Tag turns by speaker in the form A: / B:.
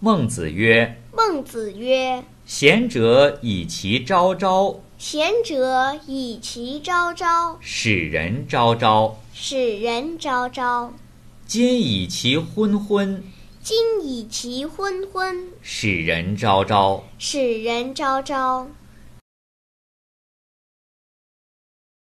A: 孟子曰
B: 孟子曰：“
A: 贤者以其昭昭，：“
B: 贤者以其昭昭，
A: 使人昭昭；
B: 使人昭昭；
A: 今以其昏昏，
B: 今以其昏昏，
A: 使人昭昭。”
B: 使人昭昭。